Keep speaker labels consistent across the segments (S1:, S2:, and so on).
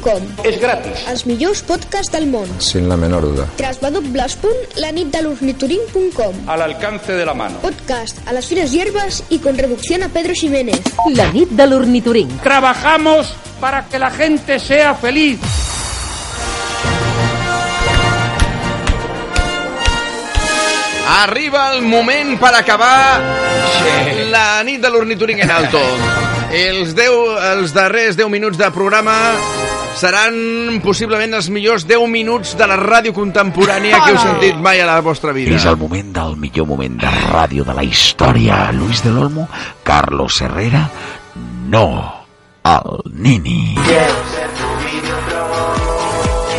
S1: com
S2: És gratis.
S1: els millors podcasts del món.
S3: Sin la menor duda.
S1: Trasbadobles.com, la nit de l'ornitorinc.com.
S2: Al alcance de la mano.
S1: Podcast a les fines hierbas y con reducción a Pedro Jiménez.
S4: La nit de l'ornitorinc.
S2: Trabajamos para que la gente sea feliz.
S5: Arriba el moment per acabar la nit de l'ornituring en alto. Els, 10, els darrers 10 minuts de programa seran possiblement els millors 10 minuts de la ràdio contemporània que heu sentit mai a la vostra vida.
S6: És el moment del millor moment de ràdio de la història. Luis del Olmo, Carlos Herrera, no, el Nini.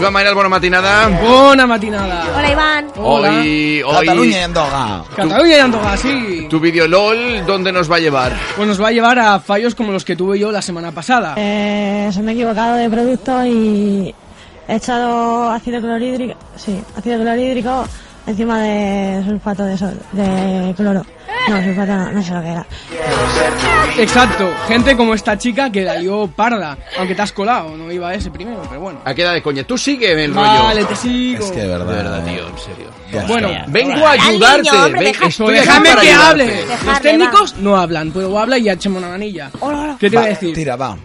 S5: Ivan Maire, bona matinada.
S7: Bona matinada.
S8: Hola, Iván.
S7: Hola.
S5: Hoy, hoy
S6: Catalunya i Andorra.
S7: Cataluña y Andorra, sí.
S5: tu video LOL, ¿dónde nos va a llevar?
S7: Pues nos va a llevar a fallos como los que tuve yo la semana pasada.
S8: Eh, se me ha equivocado de producto y he echado ácido clorhídrico, sí, ácido clorhídrico encima de sulfato de, sol, de cloro. No, sulfato no, no sé lo que era.
S7: Exacto, gente como esta chica que la lió parda. Aunque te has colado, no iba a ese primero, pero bueno.
S5: A queda de coña. Tú sigue en el rollo.
S7: Vale, te sigo.
S6: Es que de verdad,
S5: De verdad,
S6: eh.
S5: tío, en serio.
S6: Ya
S7: Bueno,
S6: está.
S5: Vengo a ayudarte.
S8: niño, hombre,
S5: ven-
S8: deja-
S7: Eso,
S5: estoy aquí
S7: déjame
S5: para
S7: que
S5: ayudarte.
S7: hable. Los
S8: Dejarle,
S7: técnicos no hablan, pero habla y echame una manilla. ¿Qué te
S6: Va,
S7: voy a decir?
S6: Tira, va.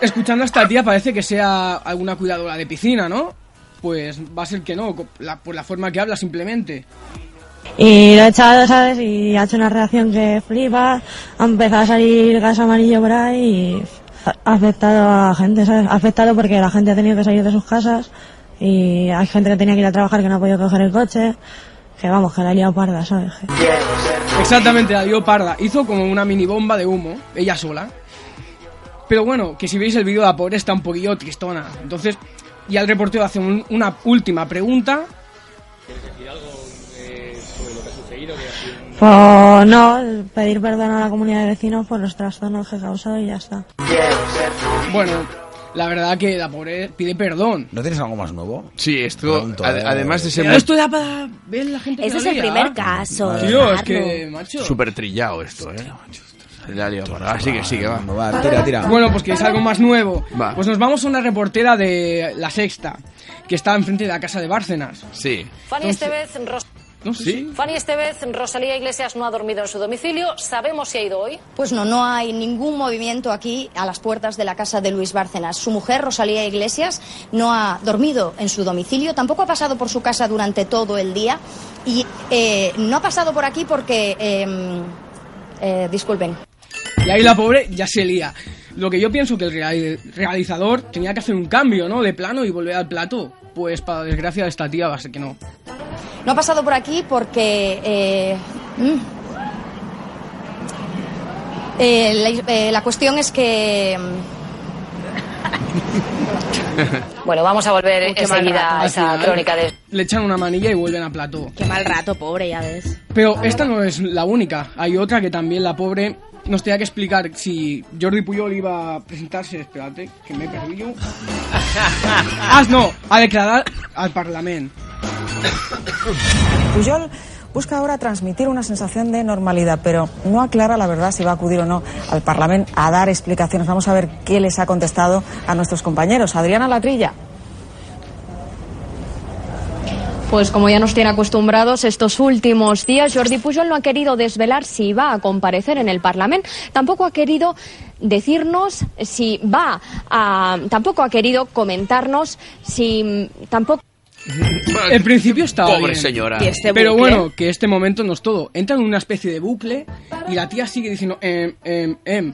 S7: Escuchando a esta tía parece que sea alguna cuidadora de piscina, ¿no? Pues va a ser que no, co- la- por la forma que habla simplemente.
S8: Y lo he echado, ¿sabes? Y ha hecho una reacción que flipa. Ha empezado a salir gas amarillo por ahí y ha afectado a gente, ¿sabes? Ha afectado porque la gente ha tenido que salir de sus casas y hay gente que tenía que ir a trabajar que no ha podido coger el coche. Que vamos, que la he liado parda, ¿sabes?
S7: Exactamente, la dio parda. Hizo como una mini bomba de humo, ella sola. Pero bueno, que si veis el vídeo, la pobre está un poquillo tristona. Entonces, ya el reportero hace un- una última pregunta.
S8: Pues no, pedir perdón a la comunidad de vecinos por los trastornos que he causado y ya está.
S7: Bueno, la verdad que la pobre pide perdón.
S6: ¿No tienes algo más nuevo?
S5: Sí, esto,
S6: Pronto,
S5: ad-
S6: eh.
S5: además de ser
S7: Pero
S5: muy
S7: esto da para ver la gente. que
S9: Ese
S7: lo
S9: es el
S7: lea.
S9: primer caso.
S7: Tío, es
S9: Carlos.
S7: que, macho.
S5: súper trillado esto, ¿eh? La lío, bueno, Así que sí, que va.
S6: Va, tira, tira.
S7: Bueno, pues que es algo más nuevo.
S5: Va.
S7: Pues nos vamos a una reportera de La Sexta, que está enfrente de la casa de Bárcenas.
S5: Sí.
S10: Fanny Estevez, Ros-
S7: No sé si-
S10: Fanny Estevez, Rosalía Iglesias no ha dormido en su domicilio. Sabemos si ha ido hoy.
S9: Pues no, no hay ningún movimiento aquí a las puertas de la casa de Luis Bárcenas. Su mujer, Rosalía Iglesias, no ha dormido en su domicilio, tampoco ha pasado por su casa durante todo el día y eh, no ha pasado por aquí porque... eh, eh, disculpen.
S7: Y ahí la pobre ya se lía. Lo que yo pienso que el reali- realizador tenía que hacer un cambio, ¿no? De plano y volver al plato. Pues para desgracia de esta tía va a ser que no.
S9: No ha pasado por aquí porque... eh, mm. Eh, la, eh, la cuestión es que... mm,
S10: Bueno, vamos a volver
S9: Uy, qué mal
S10: enseguida
S9: rato.
S10: a
S7: Al
S10: esa
S7: final,
S10: crónica de...
S7: Le echan una manilla y vuelven a plato.
S8: Qué mal rato, pobre, ya ves.
S7: Pero esta no es la única. Hay otra que también la pobre nos tenía que explicar si Jordi Puyol iba a presentarse. Espérate, que me he perdido. ah, no, a declarar al Parlamento.
S10: Puyol busca Pues ahora transmitir una sensación de normalidad, pero no aclara la verdad si va a acudir o no al Parlamento a dar explicaciones. Vamos a ver qué les ha contestado a nuestros compañeros. Adriana Latrilla.
S9: Pues como ya nos tiene acostumbrados estos últimos días, Jordi Pujol no ha querido desvelar si va a comparecer en el Parlamento, tampoco ha querido decirnos si va a... tampoco ha querido comentarnos si mm, tampoco...
S7: En principio estaba
S5: Pobre
S7: bien.
S5: señora.
S7: Pero bueno, que este momento no es todo. Entra en una especie de bucle y la tía sigue diciendo em, em, em.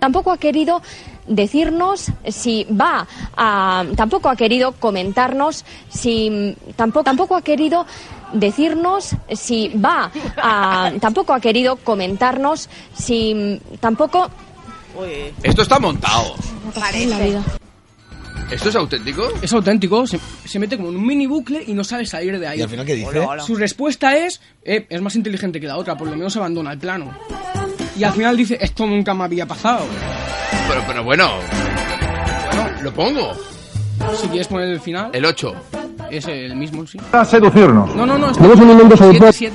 S9: Tampoco ha querido decirnos si va a... Tampoco ha querido comentarnos si... Tampoco, tampoco ha querido decirnos si va a... Tampoco ha querido comentarnos si... Tampoco...
S5: Esto está montado.
S9: La vida.
S5: ¿Esto es auténtico?
S7: Es auténtico, se, se mete como en un mini bucle y no sabe salir de ahí.
S6: ¿Y al final qué dice?
S7: Su respuesta es, eh, es más inteligente que la otra, por lo menos abandona el plano. Y al final dice, esto nunca me había pasado.
S5: Pero, pero bueno. Bueno, lo pongo.
S7: Si quieres poner el final,
S5: El 8.
S7: es el mismo, sí.
S2: Seducirnos.
S7: No, no, no, está 7-7.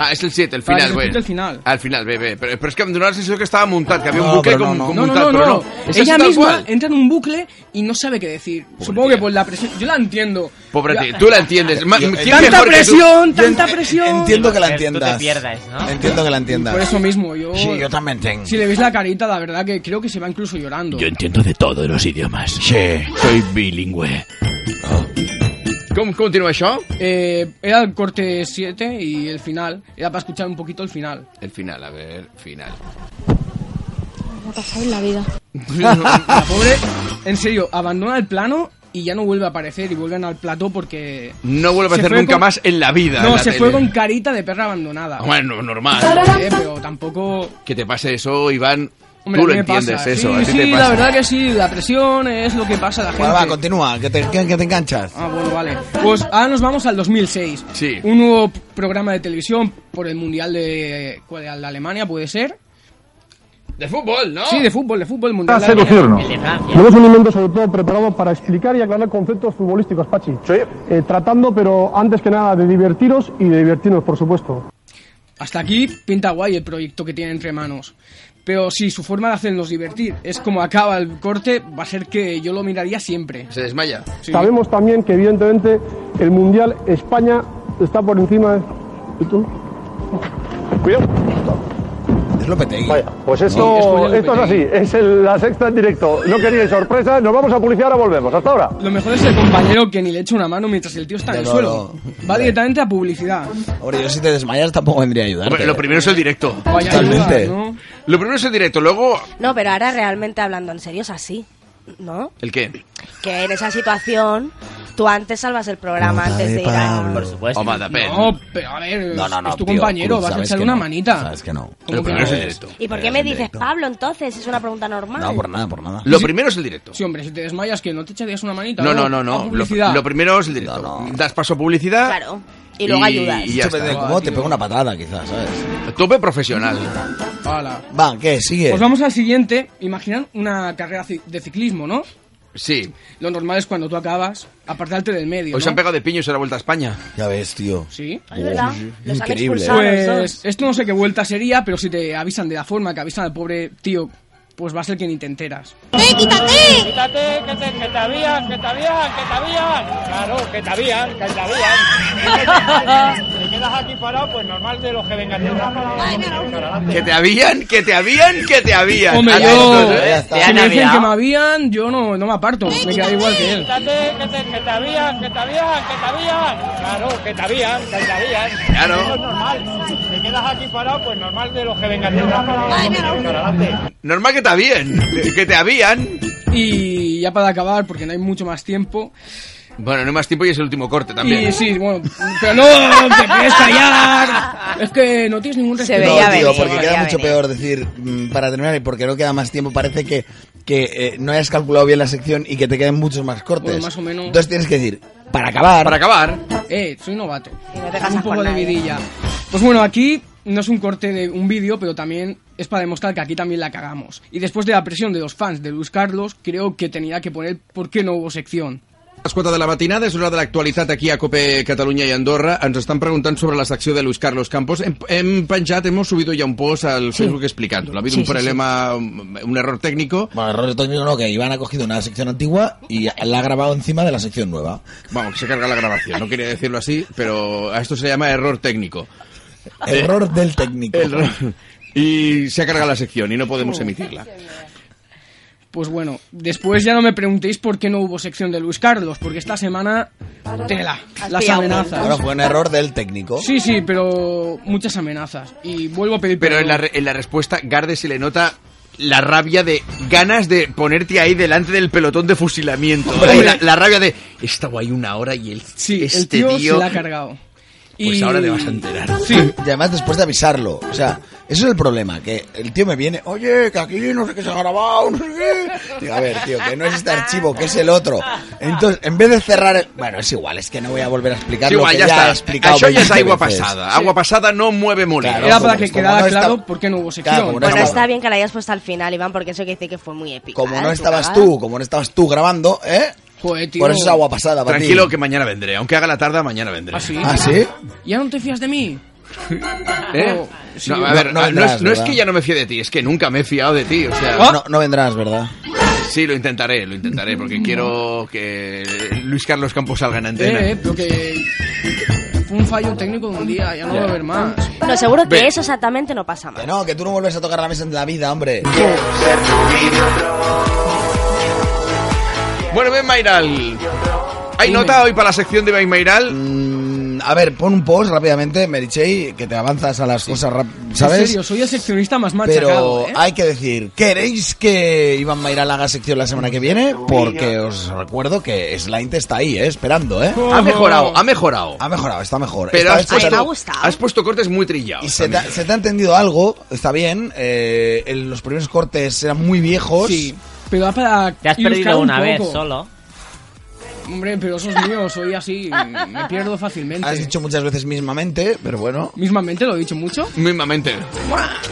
S5: Ah, és el 7, el
S7: Para que
S5: final,
S7: s'escolti
S5: bé.
S7: el final.
S5: Al final, bé, bé. Però, però és que em donava la sensació que estava muntat, que havia un
S3: No,
S5: bucle
S3: però
S5: com,
S3: no, no.
S5: com
S7: No, no,
S5: muntat,
S7: no, no.
S5: però no. És
S7: Ella
S5: así, tal
S7: misma
S5: qual.
S7: entra en un bucle y no sabe qué decir. Supongo que por la presión. Yo la entiendo.
S5: Pobre
S7: Ya-
S5: tío, tú la entiendes. Ma-
S3: Yo-
S5: ¿quién
S7: Tanta
S5: mejor que tú?
S7: presión,
S3: Yo
S7: tanta
S3: ent-
S7: presión.
S3: Entiendo que la
S11: Pero tú te
S3: entiendas.
S11: pierdes, ¿no?
S3: Entiendo que la entiendas.
S7: Por eso mismo, yo.
S6: Sí, yo también tengo.
S7: Si le veis la carita, la verdad que creo que se va incluso llorando.
S11: entiendo de todos los idiomas.
S6: Sí.
S11: Soy bilingüe.
S5: Com continua això?
S7: Eh, era el corte 7 y el final. Era para escuchar un poquito el final.
S5: El final, a ver, final.
S9: ha pasado en la vida?
S7: La pobre, Eh, en serio, abandona el plano y ya no vuelve a aparecer y vuelven al plató porque.
S5: No vuelve a
S7: Se
S5: hacer
S7: fue
S5: nunca
S7: con-
S5: más en la vida. en
S7: No,
S5: la
S7: se
S5: tele.
S7: fue con carita de perra abandonada.
S5: Bueno, normal.
S7: Eh, pero tampoco.
S5: Que te pase eso, Iván.
S7: Hombre,
S5: tú
S7: a
S5: lo
S7: mí me
S5: entiendes
S7: pasa.
S5: eso,
S7: Sí,
S5: a ti
S7: sí,
S5: te pasa.
S7: la verdad que sí, la presión es lo que pasa a la gente.
S3: Bueno, va, continúa, que te, que, que te enganchas.
S7: Ah, bueno, vale. Pues ahora nos vamos al 2006.
S5: Sí.
S7: Un nuevo p- programa de televisión por el Mundial de, ¿cuál era? de Alemania, puede ser.
S5: De fútbol, ¿no?
S7: Sí, de fútbol, de fútbol
S2: Ah,
S7: mundial. de Alemania.
S11: El de Francia.
S2: Tenemos un invento sobre todo preparado para explicar y aclarar conceptos futbolísticos, Pachi. Sí. tratando, pero antes que nada, de divertiros y de divertirnos, por supuesto.
S7: Hasta aquí pinta guay el proyecto que tiene entre manos. Pero si su forma de hacernos divertir es como acaba el corte, va a ser que yo lo miraría siempre.
S5: Se desmaya.
S7: Sí.
S2: Sabemos también que, evidentemente, el Mundial España está por encima de... ¿Y tú? Cuidado.
S3: Es Lopetegui.
S2: Vaya, pues
S7: Sí, es
S2: esto,
S7: Julián
S2: esto es así.
S7: Lopetegui.
S2: Es el- la sexta en directo. No queríais sorpresa. Nos vamos a publicidad, ahora volvemos. Hasta ahora.
S7: Lo mejor es el compañero que ni le echa una mano mientras el tío está en
S3: No,
S7: el
S3: no,
S7: suelo.
S3: no.
S7: Va directamente a publicidad.
S3: Hombre, yo si te desmayas tampoco vendría a ayudarte.
S5: Hombre, lo primero es el directo.
S7: Vaya
S3: Totalmente.
S7: ayuda, ¿no?
S5: Lo primero es el directo, luego...
S12: No, pero ahora realmente hablando en serio es así, ¿no?
S5: ¿El qué?
S12: Que en esa situación tú antes salvas el programa
S3: Puta
S12: antes
S3: de
S12: de ir a...
S3: Pablo.
S11: Por supuesto.
S5: Home, depèn.
S7: No, pero a ver,
S3: No, no, no.
S7: Pues es tu
S3: tío,
S7: compañero,
S3: Cruz,
S7: vas a
S3: sabes
S7: echarle
S3: que
S7: una
S3: no,
S7: manita.
S3: Sabes que no.
S7: Pero
S5: Lo primero es el directo.
S12: ¿Y por qué me dices Pablo entonces? Es una pregunta normal.
S3: No, por nada, por nada.
S5: Lo primero es el directo.
S7: Sí, hombre, si te desmayas, que no te echarías una manita.
S5: No, no, no, no.
S7: A
S5: Lo,
S7: publicidad.
S5: lo primero es el directo.
S3: No, no.
S5: Das paso a publicidad.
S12: Claro. Y luego ayudas.
S5: Y ya
S3: Esto me da
S5: está.
S3: como te pego una patada, quizás, ¿sabes?
S5: Tope profesional.
S7: Hala.
S3: Va, ¿qué? Sigue.
S7: Pues vamos al siguiente. Imaginan una carrera ci- de ciclismo, ¿no?
S5: Sí.
S7: Lo normal es cuando tú acabas, apartarte del medio.
S5: Hoy se
S7: ¿no?
S5: han pegado de piños en la Vuelta a España.
S3: Ya ves, tío.
S7: Sí.
S12: Es verdad, los han
S3: Increíble. ¿eh?
S12: expulsado los
S7: Pues
S12: dos.
S7: esto no sé qué vuelta sería, pero si te avisan de la forma que avisan al pobre tío, pues va a ser que ni te enteras.
S2: Quítate, que te, que te habían, que te habían, que te habían. Claro, que te habían, que te habían. Si te quedas aquí parado, pues normal de los que vengan detrás.
S5: Que te habían, que te habían, que te habían.
S7: Hombre,
S5: Ah,
S7: yo.
S5: entonces,
S3: Ya
S5: ¿eh?
S3: está.
S7: Si me dicen
S11: había.
S7: que me habían, yo no, no me aparto. Me queda igual que él.
S2: Quítate, que te, que te habían, que te habían, que te habían. Claro, que te habían, que te habían.
S5: Claro.
S2: Eso es Pues normal. Si te quedas aquí parado, pues normal de los que vengan detrás.
S5: Normal que te habían. Que te habían.
S7: Y ya para acabar, porque no hay mucho más tiempo.
S5: Bueno, no hay más tiempo y es el último corte también.
S7: Y sí, bueno, pero no, te puedes callar. Es que no tienes ningún
S12: Se
S7: respeto.
S3: No,
S12: veía
S3: tío,
S12: venir,
S3: porque queda
S12: veía
S3: mucho
S12: venir.
S3: peor decir mm, para terminar y porque no queda más tiempo. Parece que, que eh, no hayas calculado bien la sección y que te queden muchos más cortes.
S7: Bueno, más o menos.
S3: Entonces tienes que decir, para acabar.
S5: Para acabar.
S7: Eh, soy novato.
S12: Y no te ¿eh?
S7: Haz
S12: casas
S7: un poco
S12: con
S7: de
S12: nadie.
S7: vidilla. Pues bueno, aquí no es un corte de un vídeo, pero también es para demostrar que aquí también la cagamos. Y después de la presión de los fans de Luis Carlos, creo que tenía que poner por qué no hubo sección.
S5: Les 4 de la matinada és hora de l'actualitat aquí a COPE Catalunya i Andorra. Ens estan preguntant sobre la secció de Luis Carlos Campos. Hem, hem penjat, hemos subido ya un post al Facebook explicando. Ha habido un problema, un- un error técnico.
S3: Bueno, errores técnicos no, que Iván ha cogido una sección antigua y la ha grabado encima de la sección nueva.
S5: Vamos, que se carga la grabación. No quería decirlo así, pero a esto se llama error técnico.
S3: Error del técnico.
S5: El- Y se ha cargado la sección y no podemos emitirla.
S7: Pues bueno, después ya no me preguntéis por qué no hubo sección de Luis Carlos, porque esta semana tela, las
S12: pillado
S3: Bueno,
S7: amenazas.
S3: fue un error del técnico.
S7: Sí, sí, pero muchas amenazas. Y vuelvo a pedir
S5: Pero en la,
S7: perdón.
S5: re- en la respuesta, Garde se le nota la rabia de ganas de ponerte ahí delante del pelotón de fusilamiento.
S7: Hombre.
S5: La, la rabia de he estado ahí una hora y el,
S7: Sí,
S5: este
S7: el tío, se la ha cargado.
S5: Pues
S7: Y-
S5: ahora te vas a enterar.
S7: Sí,
S3: Y además después de avisarlo. O sea, eso es el problema, que el tío me viene, oye, que aquí no sé qué se ha grabado, no sé qué. Digo, a ver, tío, que no es este archivo, que es el otro. Entonces, en vez de cerrar el... Bueno, es igual, es que no voy a volver a explicar
S5: Sí,
S3: lo
S5: guai,
S3: que
S5: ja
S3: ya, he
S5: està.
S3: explicado
S5: Això ja és
S3: 20
S5: aigua
S3: veces.
S5: passada. Agua passada no mueve ¿eh? molí.
S3: Claro,
S7: Era
S3: como-
S7: para que
S3: como
S7: quedara
S3: no está-
S7: claro por qué no hubo sección.
S3: Claro, como no
S12: Bueno,
S3: estaba-
S12: está bien que la hayas puesto al final, Iván, porque eso quiere decir que fue muy épica.
S3: Como
S12: ¿eh?
S3: no
S12: Tu
S3: estabas
S12: cagada.
S3: tú, como no estabas tú grabando, ¿eh?
S7: Joder, tío.
S3: Por eso es agua pasada para ti.
S5: Tranquilo que mañana vendré. Aunque haga la tarde, mañana vendré.
S7: ¿Ah, sí?
S3: ¿Ah, sí?
S7: ¿Ya no te fías de mí?
S5: ¿Eh?
S3: No, sí.
S5: No, a
S3: No-
S5: ver,
S3: no
S5: no,
S3: vendrás,
S5: es, no es
S3: ¿verdad? ¿Ah?
S5: que ya no me fíe de ti, es que nunca me he fiado de ti. O sea,
S7: ¿Ah?
S3: No, no vendrás, ¿verdad?
S5: Sí, lo intentaré, lo intentaré, porque quiero que Luis Carlos Campos salga en antena.
S7: Eh, eh, pero que. Fue un fallo técnico de un día, ya no va a haber más.
S12: No, seguro que
S3: Ve.
S12: eso exactamente no pasa más.
S3: Que no, que tú no vuelves a tocar la mesa en la vida, hombre.
S5: Bueno, ven Mayral. ¿Hay
S3: Dime.
S5: nota hoy para la sección de Ben Mayral?
S3: a ver, pon un post rápidamente, Merichey, que te avanzas a las cosas, rap- ¿sabes?
S7: En serio, soy el seccionista más machacado.
S3: Pero
S7: ¿eh?
S3: hay que decir, ¿queréis que Iván Mayral haga sección la semana que viene? Porque os recuerdo que Slaint está ahí, ¿eh? esperando, ¿eh?
S5: Ha mejorado, ha mejorado.
S3: Ha mejorado, Ah, está mejor.
S5: Pero
S3: Esta
S5: has
S3: vez
S5: puesto,
S3: te ha-
S5: has puesto cortes muy trillados.
S3: Y se te, ha- se te ha entendido algo, está bien. eh, el- los primeros cortes eran muy viejos.
S7: Sí, pero da para.
S3: Te has
S7: ilustrar
S3: perdido
S7: un
S3: una
S7: poco.
S3: vez solo.
S7: Hombre, pero eso es mío, soy así, me pierdo fácilmente.
S3: Has dicho muchas veces mismamente, pero bueno.
S7: ¿Mismamente lo he dicho mucho?
S5: Mismamente.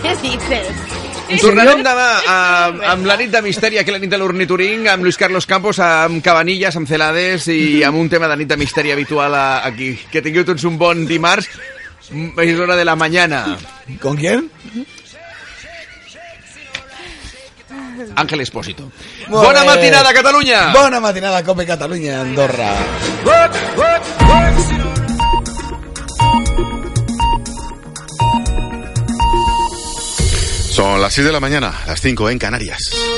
S12: Què dices?
S5: Tornarem demà amb, amb la nit de misteri aquí a la nit de l'Ornituring, amb Luis Carlos Campos, amb Cabanillas, amb Celades i amb un tema de nit de misteri habitual a, aquí. Que tingueu tots un bon dimarts. Mm, És l'hora de la mañana.
S3: ¿Con quién?
S5: Ángel Espósito.
S3: Molt
S5: Bona
S3: bé.
S5: matinada, Catalunya!
S3: Bona matinada, Cope Catalunya, Andorra.
S13: Son las 6 de la mañana, las 5 en Canarias.